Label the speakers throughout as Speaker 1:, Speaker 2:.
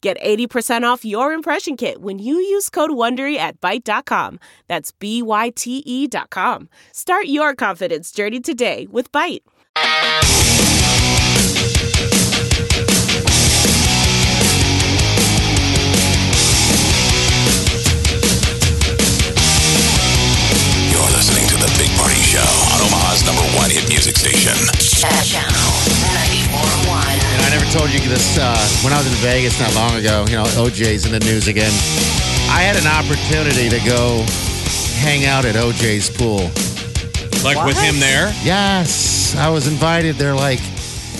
Speaker 1: Get 80% off your impression kit when you use code WONDERY at Byte.com. That's B-Y-T-E E dot com. Start your confidence journey today with Byte.
Speaker 2: You're listening to The Big Party Show on Omaha's number one hit music station.
Speaker 3: Channel 94.1.
Speaker 4: And I never told you this uh, when I was in Vegas not long ago. You know, OJ's in the news again. I had an opportunity to go hang out at OJ's pool.
Speaker 5: Like with him there?
Speaker 4: Yes, I was invited. They're like,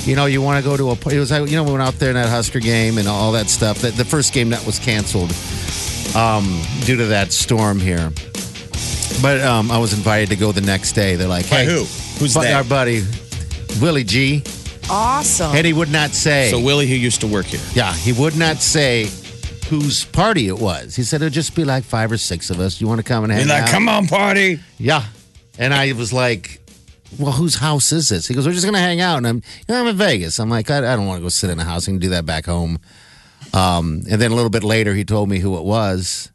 Speaker 4: you know, you want to go to a. It was like, you know, we went out there in that Husker game and all that stuff. That the first game that was canceled um, due to that storm here. But um, I was invited to go the next day. They're like,
Speaker 5: By
Speaker 4: hey,
Speaker 5: who? Who's
Speaker 4: bu-
Speaker 5: that?
Speaker 4: Our buddy Willie G.
Speaker 6: Awesome.
Speaker 4: And he would not say.
Speaker 5: So Willie, who used to work here.
Speaker 4: Yeah, he would not say whose party it was. He said it'll just be like five or six of us. You want to come and hang out?
Speaker 5: on, party.
Speaker 4: Yeah. And I was like, well, whose house is this? He goes, we're just going to hang out. And I'm, you know, I'm in Vegas. I'm like, I, I don't want to go sit in a house. I can do that back home. Um, and then a little bit later, he told me who it was.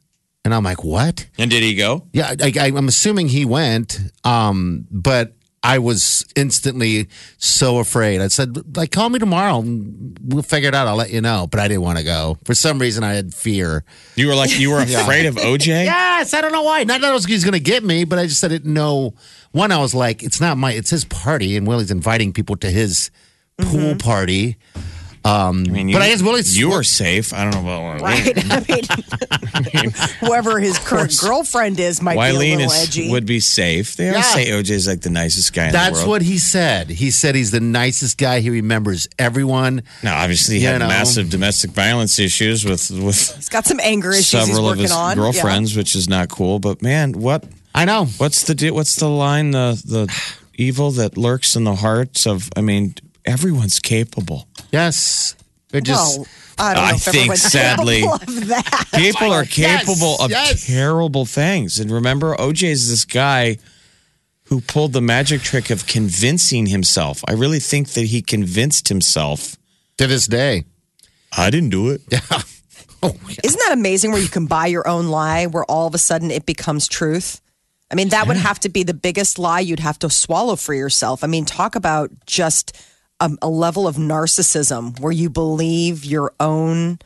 Speaker 4: And I'm like, what?
Speaker 5: And did he go?
Speaker 4: Yeah, I, I, I'm assuming he went, um, but I was instantly so afraid. I said, "Like, call me tomorrow. And we'll figure it out. I'll let you know." But I didn't want to go for some reason. I had fear.
Speaker 5: You were like you were afraid of OJ?
Speaker 4: Yes, I don't know why. Not that I was, he was going to get me, but I just I didn't know. One, I was like, "It's not my. It's his party, and Willie's inviting people to his pool
Speaker 5: Mm-hmm.
Speaker 4: party."
Speaker 5: I mean,
Speaker 4: But I guess Willie's-
Speaker 5: you were safe. I don't know about Wiley.
Speaker 6: Right. I mean, whoever his current girlfriend is might be a
Speaker 5: Wileen
Speaker 6: little
Speaker 5: is
Speaker 6: edgy.
Speaker 5: would be safe. They always
Speaker 4: Yeah.
Speaker 5: say OJ's like the nicest guy in
Speaker 4: That's
Speaker 5: the world.
Speaker 4: what he said. He said he's the nicest guy. He remembers everyone.
Speaker 5: No, obviously he
Speaker 4: You
Speaker 5: had
Speaker 4: know.
Speaker 5: massive domestic violence issues with with
Speaker 6: He's got some anger issues he's
Speaker 5: several of
Speaker 6: working
Speaker 5: his
Speaker 6: on. Yeah.
Speaker 5: girlfriends, which is not cool. But man, what
Speaker 4: I know.
Speaker 5: what's the de- what's the line the the evil that lurks in the hearts of? I mean, everyone's capable.
Speaker 4: Yes, they're just.
Speaker 6: well, Oh, I don't know
Speaker 5: I
Speaker 6: if
Speaker 5: think
Speaker 6: everyone's
Speaker 5: sadly-
Speaker 6: capable of that.
Speaker 5: People are capable of
Speaker 4: yes.
Speaker 5: terrible things. And remember, OJ is this guy who pulled the magic trick of convincing himself. I really think that he convinced himself.
Speaker 4: to this day.
Speaker 5: I didn't do it.
Speaker 6: Isn't that amazing where you can buy your own lie where all of a sudden it becomes truth? I mean, that would have to be the biggest lie you'd have to swallow for yourself. I mean, talk about just a, a level of narcissism where you believe your own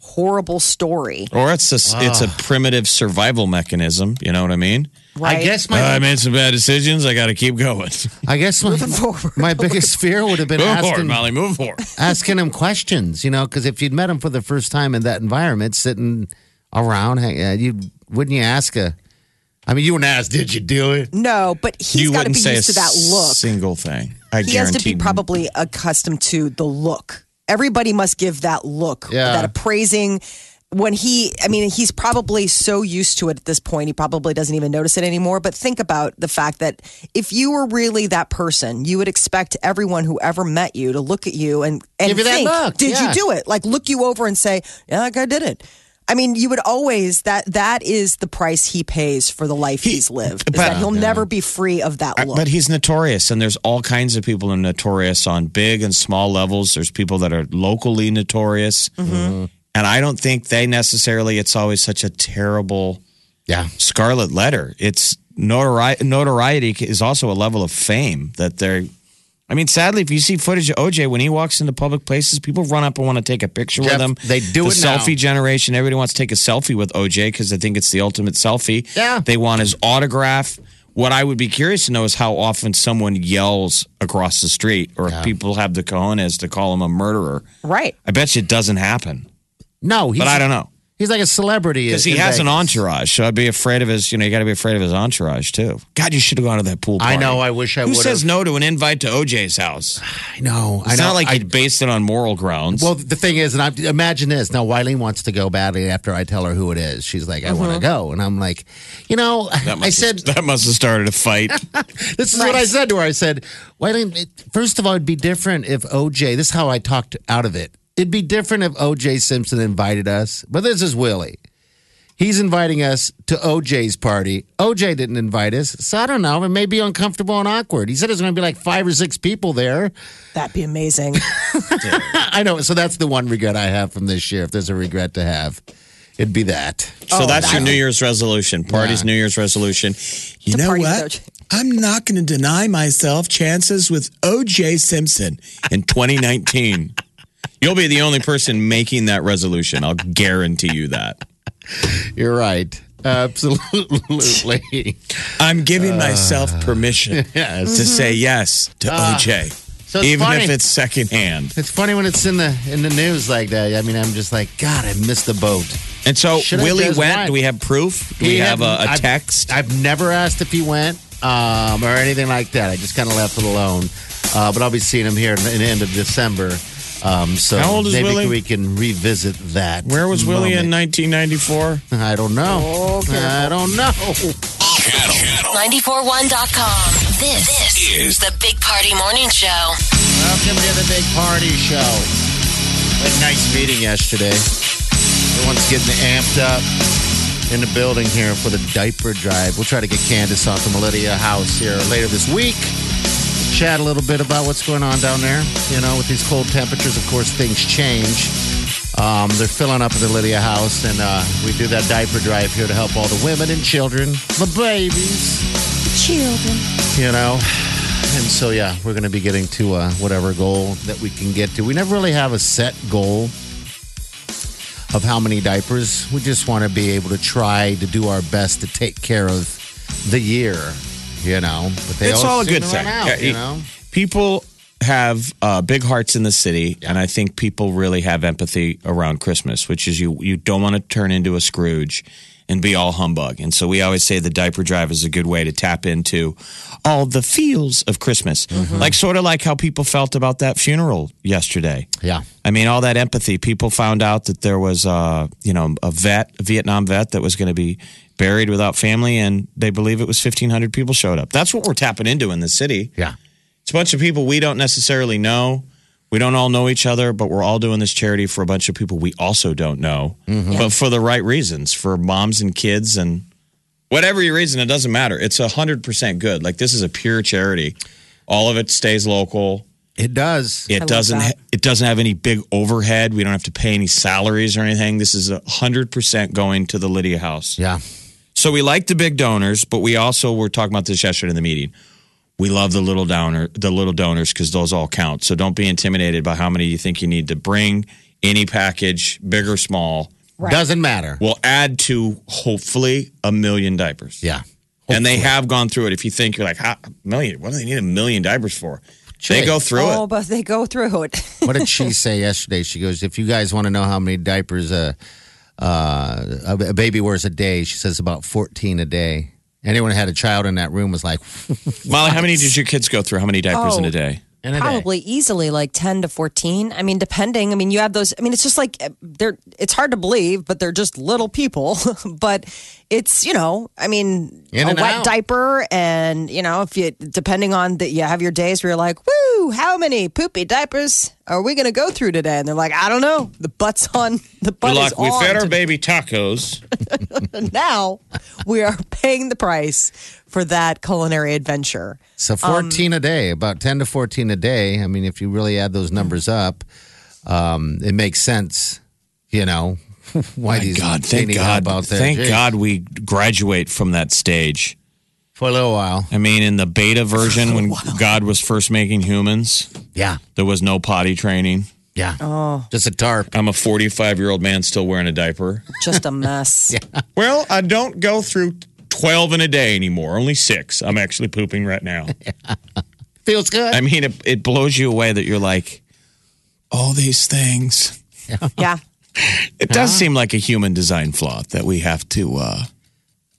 Speaker 6: horrible story.
Speaker 5: Or it's a, it's a primitive survival mechanism. You know what I mean?
Speaker 6: Right?
Speaker 4: I guess
Speaker 5: Uh, I
Speaker 4: my
Speaker 5: made some bad decisions. I got to keep going.
Speaker 4: I guess my,
Speaker 6: forward.
Speaker 4: my biggest fear would have been
Speaker 5: Move forward,
Speaker 4: asking,
Speaker 5: Molly. Move forward.
Speaker 4: asking him questions, you know, because if you'd met him for the first time in that environment, sitting around, hang- uh, you wouldn't you ask a? I mean, you wouldn't ask, did you do it?
Speaker 6: No, but he's
Speaker 5: you
Speaker 6: got to
Speaker 5: wouldn't
Speaker 6: be
Speaker 5: say
Speaker 6: used to
Speaker 5: a
Speaker 6: that look.
Speaker 5: single thing. I
Speaker 6: he has to be
Speaker 5: guarantee-
Speaker 6: probably accustomed to the look. Everybody must give that look,
Speaker 4: Yeah.
Speaker 6: that appraising. When he, I mean, he's probably so used to it at this point, he probably doesn't even notice it anymore. But think about the fact that if you were really that person, you would expect everyone who ever met you to look at you and, and
Speaker 4: Give you that
Speaker 6: think,
Speaker 4: look,
Speaker 6: did
Speaker 4: yeah.
Speaker 6: you do it? Like look you over and say, yeah, like I did it. I mean, you would always that that is the price he pays for the life he's lived. Is
Speaker 5: but-
Speaker 6: that he'll never be free of that look.
Speaker 5: But he's notorious, and there's all kinds of people who are notorious on big and small levels. There's people that are locally notorious, and I don't think they necessarily. It's always such a terrible
Speaker 4: Yeah,
Speaker 5: scarlet letter. It's notoriety. Notoriety is also a level of fame that they're. I mean, sadly, if you see footage of OJ when he walks into public places, people run up and want to take a picture
Speaker 4: Jeff,
Speaker 5: with him.
Speaker 4: they do
Speaker 5: the
Speaker 4: it now.
Speaker 5: selfie generation. Everybody wants to take a selfie with OJ because they think it's the ultimate selfie.
Speaker 4: Yeah.
Speaker 5: they want his autograph. What I would be curious to know is how often someone yells across the street, or if people have the cojones to call him a murderer.
Speaker 6: right.
Speaker 5: I bet you it doesn't happen,
Speaker 4: no, he's,
Speaker 5: but I don't know.
Speaker 4: He's like a celebrity.
Speaker 5: Because he
Speaker 4: in
Speaker 5: has an
Speaker 4: Vegas.
Speaker 5: entourage, so I'd be afraid of his. You know, you got to be afraid of his entourage too. God, you should have gone to that pool. Party.
Speaker 4: I know. I wish I
Speaker 5: Who
Speaker 4: would.
Speaker 5: says no to an invite to OJ's house?
Speaker 4: I know. I
Speaker 5: It's
Speaker 4: know.
Speaker 5: not like
Speaker 4: I,
Speaker 5: you'd based it on moral grounds.
Speaker 4: Well, the thing is, and I imagine this. Now, Wileen wants to go badly after I tell her who it is. She's like, I want to go. And I'm like, you know,
Speaker 5: that
Speaker 4: I
Speaker 5: must
Speaker 4: said,
Speaker 5: have, that must have started a fight.
Speaker 4: this is what I said to her. I said, Wileen, it- first of all, it'd be different if OJ, this is how I talked out of it. It'd be different if OJ Simpson invited us, but this is Willie. He's inviting us to OJ's party. OJ didn't invite us. So I don't know. It may be uncomfortable and awkward. He said there's going to be like five or six people there.
Speaker 6: That'd be amazing.
Speaker 4: I know. So that's the one regret I have from this year. If there's a regret to have, it'd be Oh, that.
Speaker 5: So that's your New Year's resolution. Party's New Year's resolution. You
Speaker 6: To
Speaker 5: know
Speaker 6: party with
Speaker 5: what?
Speaker 6: OJ.
Speaker 5: I'm not going to deny myself chances with OJ Simpson in 2019. You'll be the only person making that resolution. I'll guarantee you that.
Speaker 4: You're right. Absolutely.
Speaker 5: I'm giving myself permission
Speaker 4: Uh. yes. Mm-hmm. Ah.
Speaker 5: to say yes to OJ,
Speaker 4: so it's
Speaker 5: even
Speaker 4: funny.
Speaker 5: if it's secondhand.
Speaker 4: It's funny when it's in the in the news like that. I mean, I'm just like, God, I missed the boat.
Speaker 5: And so
Speaker 4: Should I
Speaker 5: Willie
Speaker 4: just
Speaker 5: went.
Speaker 4: went?
Speaker 5: Do we have proof? Do we
Speaker 4: He
Speaker 5: have a,
Speaker 4: hadn't-
Speaker 5: a
Speaker 4: I've-
Speaker 5: text?
Speaker 4: I've, never asked if he went um, or anything like that. I just kind of left it alone. Uh, but I'll be seeing him here in the, in the end of December. Um, so
Speaker 5: How old is
Speaker 4: maybe
Speaker 5: Willie?
Speaker 4: we can revisit that.
Speaker 5: Where was Willie in
Speaker 4: moment.
Speaker 5: 1994?
Speaker 4: I don't know. I don't know.
Speaker 2: Channel, Channel
Speaker 3: 941.com. This, this is the Big Party Morning Show.
Speaker 4: Welcome to the big party show. Had a nice meeting yesterday. Everyone's getting amped up in the building here for the diaper drive. We'll try to get Candace off the Melodia house here later this week. Chat a little bit about what's going on down there. You know, with these cold temperatures, of course, things change. Um, they're filling up at the Lydia house, and uh, we do that diaper drive here to help all the women and children, the babies you know. And so, yeah, we're going to be getting to uh, whatever goal that we can get to. We never really have a set goal of how many diapers. We just want to be able to try to do our best to take care of the year, you know. But they
Speaker 5: it's all a
Speaker 4: seem
Speaker 5: good
Speaker 4: to
Speaker 5: thing.
Speaker 4: run out,
Speaker 5: Yeah,
Speaker 4: you
Speaker 5: it-
Speaker 4: know.
Speaker 5: People have uh, big hearts in the city, and I think people really have empathy around Christmas, which is you you don't want to turn into a Scrooge and be all humbug. And so we always say the diaper drive is a good way to tap into all the feels of Christmas,
Speaker 4: Mm-hmm.
Speaker 5: like sort of like how people felt about that funeral yesterday.
Speaker 4: Yeah.
Speaker 5: I mean, all that empathy. People found out that there was, uh, you know, a vet, a Vietnam vet, that was going to be buried without family, and they believe it was fifteen hundred people showed up. That's what we're tapping into in the city.
Speaker 4: Yeah.
Speaker 5: It's a bunch of people we don't necessarily know. We don't all know each other, but we're all doing this charity for a bunch of people we also don't know,
Speaker 6: Mm-hmm.
Speaker 5: but for the right reasons, for moms and kids and whatever your reason, it doesn't matter. It's a hundred percent good. Like this is a pure charity. All of it stays local.
Speaker 4: It does.
Speaker 5: It
Speaker 6: love
Speaker 5: doesn't.
Speaker 6: that.
Speaker 5: ha- It doesn't have any big overhead. We don't have to pay any salaries or anything. This is a hundred percent going to the Lydia House.
Speaker 4: Yeah.
Speaker 5: So we like the big donors, but we also were talking about this yesterday in the meeting. We love the little donor, the little donors, because those all count. So don't be intimidated by how many you think you need to bring. Any package, big or small,
Speaker 4: Doesn't matter.
Speaker 5: will add to hopefully a million diapers.
Speaker 4: Yeah.
Speaker 5: And they have gone through it. If you think you're like, "Ha, a million, what do they need a million diapers for? They
Speaker 4: Jay.
Speaker 5: go through it.
Speaker 6: oh, but they go through it.
Speaker 4: what did she say yesterday? She goes, if you guys want to know how many diapers a, uh, a baby wears a day, she says about 14 a day. Anyone who had a child in that room was like,
Speaker 5: Molly, how many did your kids go through? How many diapers in
Speaker 6: Oh.
Speaker 5: a day?
Speaker 4: in a day.
Speaker 6: Probably easily like 10 to 14. I mean, depending. I mean, you have those. I mean, it's just like uh, they're, it's hard to believe, but they're just little people. but it's, you know, I mean,
Speaker 4: In
Speaker 6: a
Speaker 4: and
Speaker 6: wet
Speaker 4: out.
Speaker 6: diaper. And, you know, if you, depending on that, you have your days where you're like, woo, how many poopy diapers are we going to go through today? And they're like, I don't know. The butt's on, the butt
Speaker 5: We're
Speaker 6: is
Speaker 5: like, we
Speaker 6: on.
Speaker 5: fed our
Speaker 6: to-
Speaker 5: baby tacos.
Speaker 6: now we are paying the price for that culinary adventure.
Speaker 4: So 14 a day, about 10 to 14 a day. I mean, if you really add those numbers up, um, it makes sense, you know, why these
Speaker 5: God, thank
Speaker 4: teeny
Speaker 5: God.
Speaker 4: hub out there.
Speaker 5: Thank
Speaker 4: Jeez.
Speaker 5: God we graduate from that stage.
Speaker 4: For a little while.
Speaker 5: I mean, in the beta version, when God was first making humans,
Speaker 4: Yeah.
Speaker 5: there was no potty training.
Speaker 4: Yeah. Oh. Just a tarp.
Speaker 5: I'm a 45 year old man still wearing a diaper.
Speaker 6: Just a mess.
Speaker 5: Well, I don't go through 12 in a day anymore, only six. I'm actually pooping right now.
Speaker 4: Feels good.
Speaker 5: I mean, it, it blows you away that you're like, all these things.
Speaker 6: Yeah.
Speaker 5: It does seem like a human design flaw that we have to uh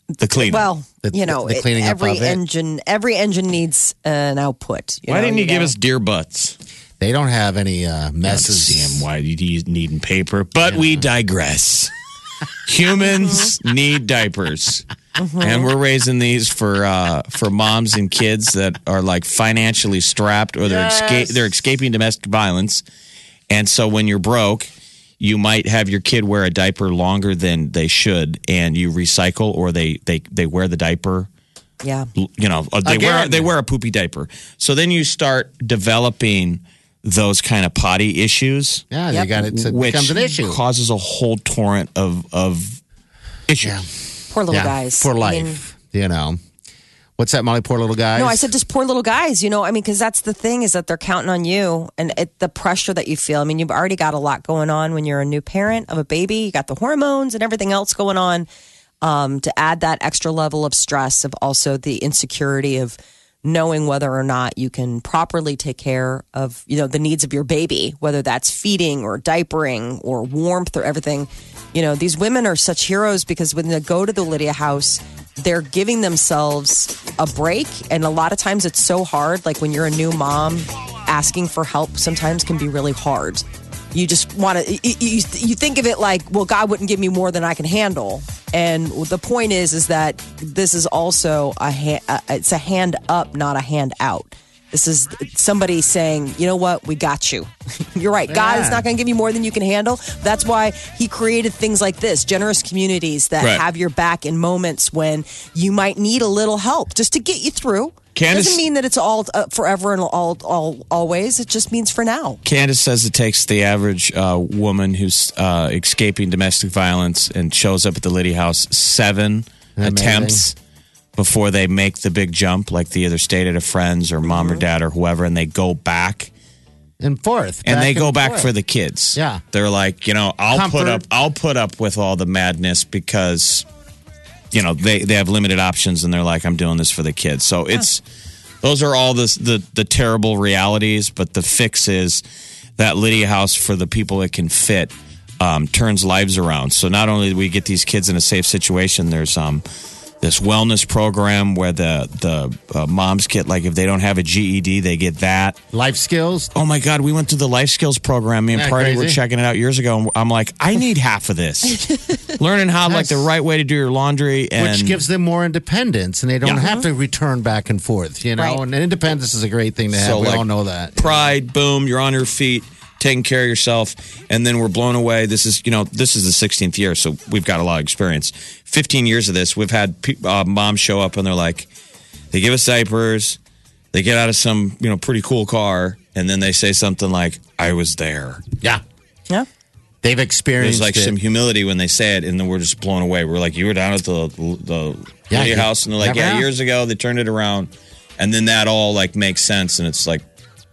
Speaker 5: the cleanup.
Speaker 6: Well,
Speaker 4: The-
Speaker 6: you know,
Speaker 4: the
Speaker 6: it-
Speaker 4: cleaning up
Speaker 6: every
Speaker 4: of it.
Speaker 6: engine, every engine needs an output.
Speaker 5: why didn't you, give
Speaker 6: gotta-
Speaker 5: us deer butts?
Speaker 4: They don't have any uh,
Speaker 5: Damn,
Speaker 4: messes.
Speaker 5: why do you need paper? But we digress. Humans need diapers. And we're raising these for uh, for moms and kids that are like financially strapped or they're esca- they're escaping domestic violence. And so when you're broke, you might have your kid wear a diaper longer than they should and you recycle or they they, they wear the diaper
Speaker 6: Yeah.
Speaker 5: you know uh, they wear
Speaker 4: Again.
Speaker 5: they wear a poopy diaper. So then you start developing those kind of potty issues,
Speaker 4: Yeah, you
Speaker 6: Yep.
Speaker 4: got it. So it
Speaker 5: which
Speaker 4: becomes an issue.
Speaker 5: causes a whole torrent of of issues.
Speaker 6: Poor little
Speaker 4: yeah,
Speaker 6: guys.
Speaker 4: for
Speaker 6: I
Speaker 4: life.
Speaker 6: mean,
Speaker 4: you know, what's that, Molly? Poor little guys.
Speaker 6: no, I said just poor little guys. You know, I mean, because that's the thing is that they're counting on you and it, the pressure that you feel. I mean, you've already got a lot going on when you're a new parent of a baby. You got the hormones and everything else going on. Um, to add that extra level of stress of also the insecurity of knowing whether or not you can properly take care of you know the needs of your baby, whether that's feeding or diapering or warmth or everything. You know, these women are such heroes because when they go to the Lydia house they're giving themselves a break and a lot of times it's so hard like when you're a new mom asking for help sometimes can be really hard you just want to you, you, you think of it like well god wouldn't give me more than i can handle and the point is is that this is also a ha- uh, it's a hand up not a hand out this is somebody saying, you know what, we got you. You're right. God is
Speaker 4: Yeah.
Speaker 6: not going to give you more than you can handle. That's why He created things like this generous communities that
Speaker 5: Right.
Speaker 6: have your back in moments when you might need a little help just to get you through.
Speaker 5: Candace-
Speaker 6: Doesn't mean that it's all uh, forever and all, all always. It just means for now.
Speaker 5: Candace says it takes the average uh, woman who's uh, escaping domestic violence and shows up at the Liddy house seven
Speaker 4: Amazing.
Speaker 5: attempts before they make the big jump, like they either stayed at a friend's or mom
Speaker 4: Mm-hmm.
Speaker 5: or dad or whoever, and they go back.
Speaker 4: and forth,
Speaker 5: and they go back
Speaker 4: forth.
Speaker 5: for the kids.
Speaker 4: Yeah.
Speaker 5: they're like, you know, I'll
Speaker 4: Comfort.
Speaker 5: put up, I'll put up with all the madness because, you know, they they have limited options, and they're like, I'm doing this for the kids. So it's those are all this, the the terrible realities, but the fix is that Lydia House for the people it can fit. Um, turns lives around. So not only do we get these kids in a safe situation, there's um, this wellness program where the the uh, moms get like if they don't have a GED, they get that.
Speaker 4: life skills.
Speaker 5: Oh my God, we went through the life skills program. Me and
Speaker 4: Yeah,
Speaker 5: Party were
Speaker 4: crazy.
Speaker 5: checking it out years ago, and I'm like, I need half of this. Learning how, like, the right way to do your laundry. And
Speaker 4: Which gives them more independence, and they don't
Speaker 5: Yeah.
Speaker 4: have to return back and forth. You know,
Speaker 6: Right.
Speaker 4: and independence is a great thing to have.
Speaker 5: So,
Speaker 4: we
Speaker 5: like,
Speaker 4: all know that.
Speaker 5: pride, boom, you're on your feet, taking care of yourself, and then we're blown away. This is, you know, this is the 16th year, so we've got a lot of experience. 15 years of this, we've had pe- uh, moms show up and they're like, they give us diapers, they get out of some, you know, pretty cool car, and then they say something like, I was there.
Speaker 4: Yeah,
Speaker 6: Yeah.
Speaker 4: they've experienced
Speaker 5: There's like
Speaker 4: it.
Speaker 5: some humility when they say it, and then we're just blown away. We're like, you were down at the the
Speaker 4: Yeah,
Speaker 5: Lydia
Speaker 4: you-
Speaker 5: house, and they're like,
Speaker 4: never
Speaker 5: yeah,
Speaker 4: know.
Speaker 5: years ago they turned it around, and then that all like makes sense, and it's like,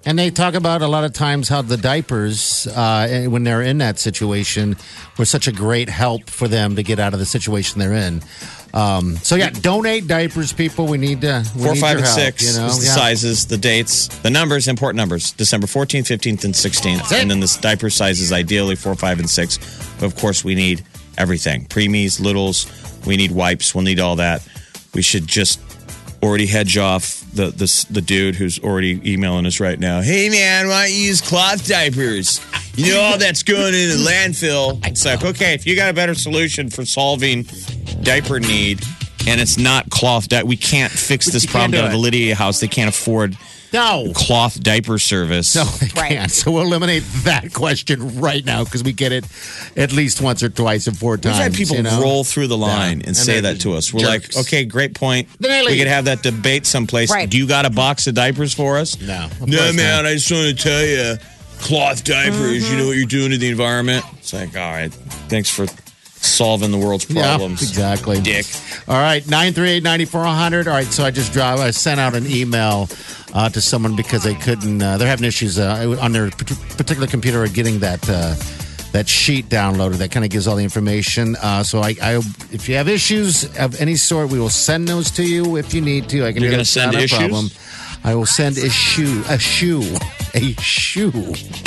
Speaker 4: And they talk about a lot of times how the diapers, uh, and when they're in that situation, were such a great help for them to get out of the situation they're in. Um, so yeah, donate diapers, people. We need to we
Speaker 5: four,
Speaker 4: need
Speaker 5: five,
Speaker 4: your
Speaker 5: and
Speaker 4: help,
Speaker 5: six
Speaker 4: You know,
Speaker 5: is the
Speaker 4: Yeah.
Speaker 5: sizes, the dates, the numbers, important numbers. December 14th, 15th, and 16th. And then the diaper sizes, ideally four, five, and six. But of course, we need everything preemies, littles. We need wipes. We'll need all that. We should just already hedge off the, the, the dude who's already emailing us right now. Hey, man, why don't you use cloth diapers? You know, all that's going in the landfill. It's like, okay, if you got a better solution for solving diaper need, and it's not cloth di We can't fix this
Speaker 4: You can't
Speaker 5: problem
Speaker 4: do
Speaker 5: down at the
Speaker 4: it.
Speaker 5: Lydia house. They can't afford
Speaker 4: No,
Speaker 5: cloth diaper service.
Speaker 4: No, they can't. So we'll eliminate that question right now because we get it at least once or twice and four
Speaker 5: We've
Speaker 4: times.
Speaker 5: had people
Speaker 4: you know?
Speaker 5: roll through the line
Speaker 4: Yeah.
Speaker 5: and, say
Speaker 4: they're
Speaker 5: that to us. We're
Speaker 4: jerks.
Speaker 5: like, okay, great point.
Speaker 4: Then they
Speaker 5: We
Speaker 4: leave.
Speaker 5: could have that debate someplace.
Speaker 6: Right.
Speaker 5: Do you got a box of diapers for us?
Speaker 4: No, of
Speaker 5: No,
Speaker 4: course
Speaker 5: man,
Speaker 4: not.
Speaker 5: I just want to tell you, cloth diapers, you know what you're doing to the environment? It's like, all right, thanks for solving the world's
Speaker 4: Yeah,
Speaker 5: problems.
Speaker 4: exactly.
Speaker 5: Dick.
Speaker 4: All right, 938 9400. All right, so I just dropped, I sent out an email uh, to someone because they couldn't, uh, they're having issues uh, on their pat- particular computer of getting that. Uh, that sheet downloaded that kind of gives all the information. Uh, so, I, I, if you have issues of any sort, we will send those to you if you need to. I can
Speaker 5: You're
Speaker 4: do
Speaker 5: gonna
Speaker 4: that.
Speaker 5: send
Speaker 4: Not a
Speaker 5: issues?
Speaker 4: problem. I will send a shoe, a shoe. a shoe.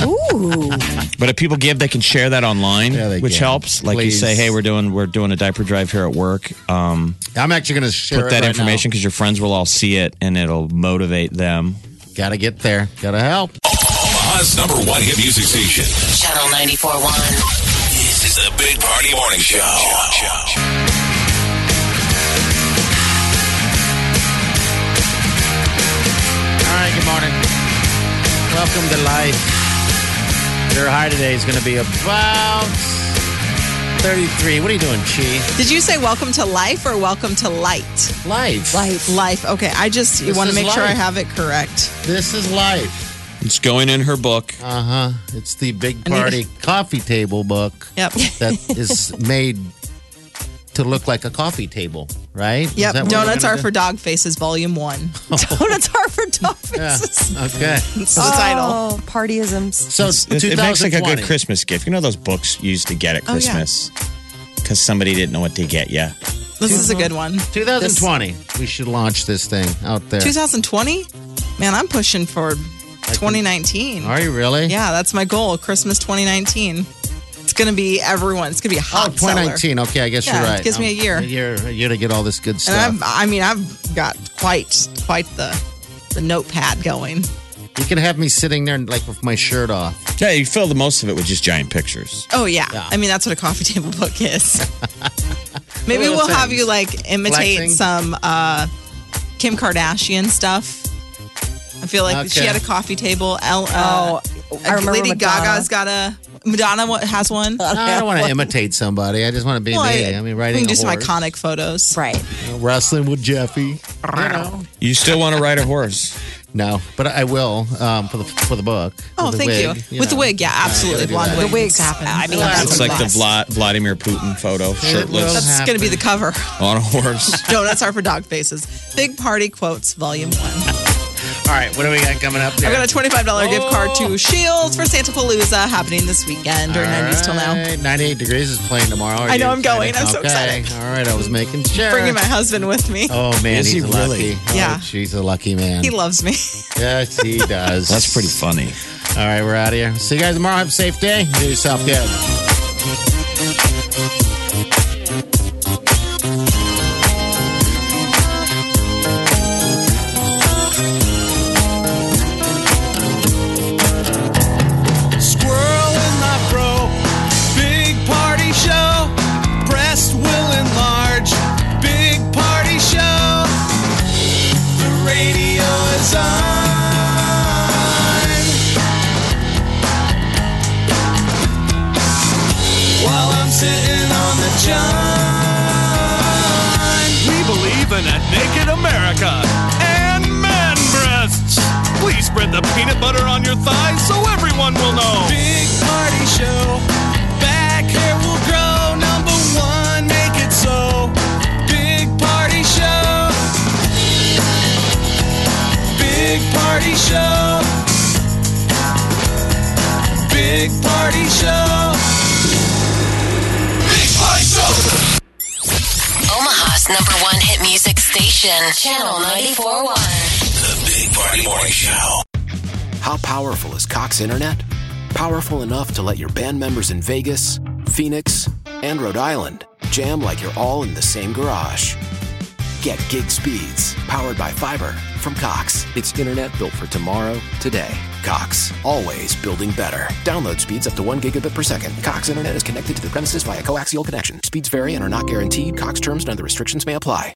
Speaker 6: Ooh.
Speaker 5: But if people give, they can share that online,
Speaker 4: Yeah, they
Speaker 5: which
Speaker 4: can.
Speaker 5: helps. Like
Speaker 4: Please.
Speaker 5: you say, hey, we're doing we're doing a diaper drive here at work. Um,
Speaker 4: I'm actually going to share
Speaker 5: put
Speaker 4: it
Speaker 5: that
Speaker 4: right
Speaker 5: information because your friends will all see it and it'll motivate them.
Speaker 4: now. Gotta get there. Gotta help.
Speaker 2: Omaha's number one hit music station.
Speaker 3: Channel 94.1.
Speaker 2: This is the Big Party Morning Show.
Speaker 4: All right, good morning. Welcome to life. Your high today is going to be about 33. What are you doing, Chi?
Speaker 7: Did you say welcome to life or welcome to light?
Speaker 4: Life.
Speaker 7: Life. Okay, I just
Speaker 4: This
Speaker 7: want
Speaker 4: is
Speaker 7: to make sure I
Speaker 4: life.
Speaker 7: have it correct.
Speaker 4: This is life.
Speaker 5: It's going in her book.
Speaker 4: Uh huh. It's the big party coffee table book
Speaker 7: Yep.
Speaker 4: that is made to look like a coffee table, right? Is that
Speaker 7: Yep.
Speaker 4: what
Speaker 7: Donuts
Speaker 4: we're
Speaker 7: are
Speaker 4: gonna
Speaker 7: for dog faces, volume one.
Speaker 6: Donuts are for dog
Speaker 4: do?
Speaker 6: faces.
Speaker 4: Yeah. Okay.
Speaker 7: That's the title.
Speaker 6: Oh, partyisms.
Speaker 4: So
Speaker 5: It, it makes like a good
Speaker 4: 2020.
Speaker 5: Christmas gift. You know those books you used to get at
Speaker 7: Oh, yeah.
Speaker 5: Christmas because somebody didn't know what to get you.
Speaker 7: This is a good one.
Speaker 4: 2020. we should launch this thing out there.
Speaker 7: 2020? Man, I'm pushing for 2019.
Speaker 4: Are you really?
Speaker 7: Yeah, that's my goal. Christmas 2019. It's going to be everyone. It's going to be a
Speaker 4: Oh,
Speaker 7: hot. seller.
Speaker 4: 2019. Okay, I guess
Speaker 7: Yeah,
Speaker 4: you're
Speaker 7: it
Speaker 4: right.
Speaker 7: gives me a year.
Speaker 4: A year, a year to get all this good
Speaker 7: And
Speaker 4: stuff.
Speaker 7: I've, I mean, I've got quite quite the the notepad going.
Speaker 4: you can have me sitting there like with my shirt off.
Speaker 5: Yeah, you fill the most of it with just giant pictures.
Speaker 7: Oh yeah.
Speaker 4: Yeah.
Speaker 7: I mean, that's what a coffee table book is. Maybe
Speaker 4: Little
Speaker 7: we'll have
Speaker 4: things.
Speaker 7: you like imitate
Speaker 4: Flexing.
Speaker 7: some uh, Kim Kardashian stuff. I feel like she
Speaker 4: Okay.
Speaker 7: had a coffee table. El, uh,
Speaker 6: oh, I remember
Speaker 7: Lady
Speaker 6: Madonna.
Speaker 7: Gaga's got a Madonna wa- has one.
Speaker 4: No, I don't want to imitate somebody. I just want to be
Speaker 7: Well,
Speaker 4: me. I, mean, riding
Speaker 7: we can do
Speaker 4: a
Speaker 7: some
Speaker 4: horse,
Speaker 7: iconic photos.
Speaker 6: Right.
Speaker 4: wrestling with Jeffy. You know.
Speaker 5: You still want to ride a horse?
Speaker 4: No, but I will um, for the for the book.
Speaker 7: Oh,
Speaker 4: the
Speaker 7: thank
Speaker 4: wig,
Speaker 7: you. With the
Speaker 4: know.
Speaker 7: wig, yeah, absolutely.
Speaker 4: do
Speaker 7: Blonde
Speaker 4: that.
Speaker 7: wig.
Speaker 6: The wigs happen.
Speaker 7: I mean,
Speaker 6: Yeah.
Speaker 7: that's
Speaker 5: It's
Speaker 7: a
Speaker 5: like the
Speaker 7: must.
Speaker 5: Vla- Vladimir Putin photo, shirtless
Speaker 7: That's going to be the cover.
Speaker 5: on a horse.
Speaker 7: Donuts are for dog faces. Big Party Quotes, Volume 1.
Speaker 4: All right, what do we got coming up?
Speaker 7: I got a $25
Speaker 4: Oh.
Speaker 7: gift card to Shields for Santa Palooza happening this weekend during 90s till now.
Speaker 4: 98 degrees is playing tomorrow. Are
Speaker 7: I know,
Speaker 4: you
Speaker 7: I'm going.
Speaker 4: excited?
Speaker 7: I'm so
Speaker 4: Okay.
Speaker 7: excited.
Speaker 4: All right, I was making sure.
Speaker 7: Bringing my husband with me.
Speaker 4: Oh man,
Speaker 5: Is
Speaker 4: he's
Speaker 5: he
Speaker 4: lucky.
Speaker 5: really?
Speaker 4: Oh,
Speaker 7: Yeah.
Speaker 4: she's a lucky man.
Speaker 7: He loves me.
Speaker 4: yes, he does.
Speaker 5: That's pretty funny.
Speaker 4: All right, we're out of here. See you guys tomorrow. Have a safe day. Do yourself good.
Speaker 8: Squirrel in my bro. Big party show. Breast will enlarge. Big party show. The radio is on. While I'm sitting on the john. We believe in a naked America and man breasts. Please spread the peanut butter on your thighs so everyone will know. Big party show. Back hair will grow. Number one, make it so. Big party show. Big party show. Big party show.
Speaker 2: Big Party Show.
Speaker 3: Omaha's number one hit music station. Channel 94.1.
Speaker 2: The Big Party Morning Show.
Speaker 9: How powerful is Cox Internet? Powerful enough to let your band members in Vegas, Phoenix, and Rhode Island jam like you're all in the same garage. Get gig speeds powered by fiber from Cox. It's internet built for tomorrow, today. Cox, always building better. Download speeds up to 1 gigabit per second. Cox Internet is connected to the premises via coaxial connection. Speeds vary and are not guaranteed. Cox terms and other restrictions may apply.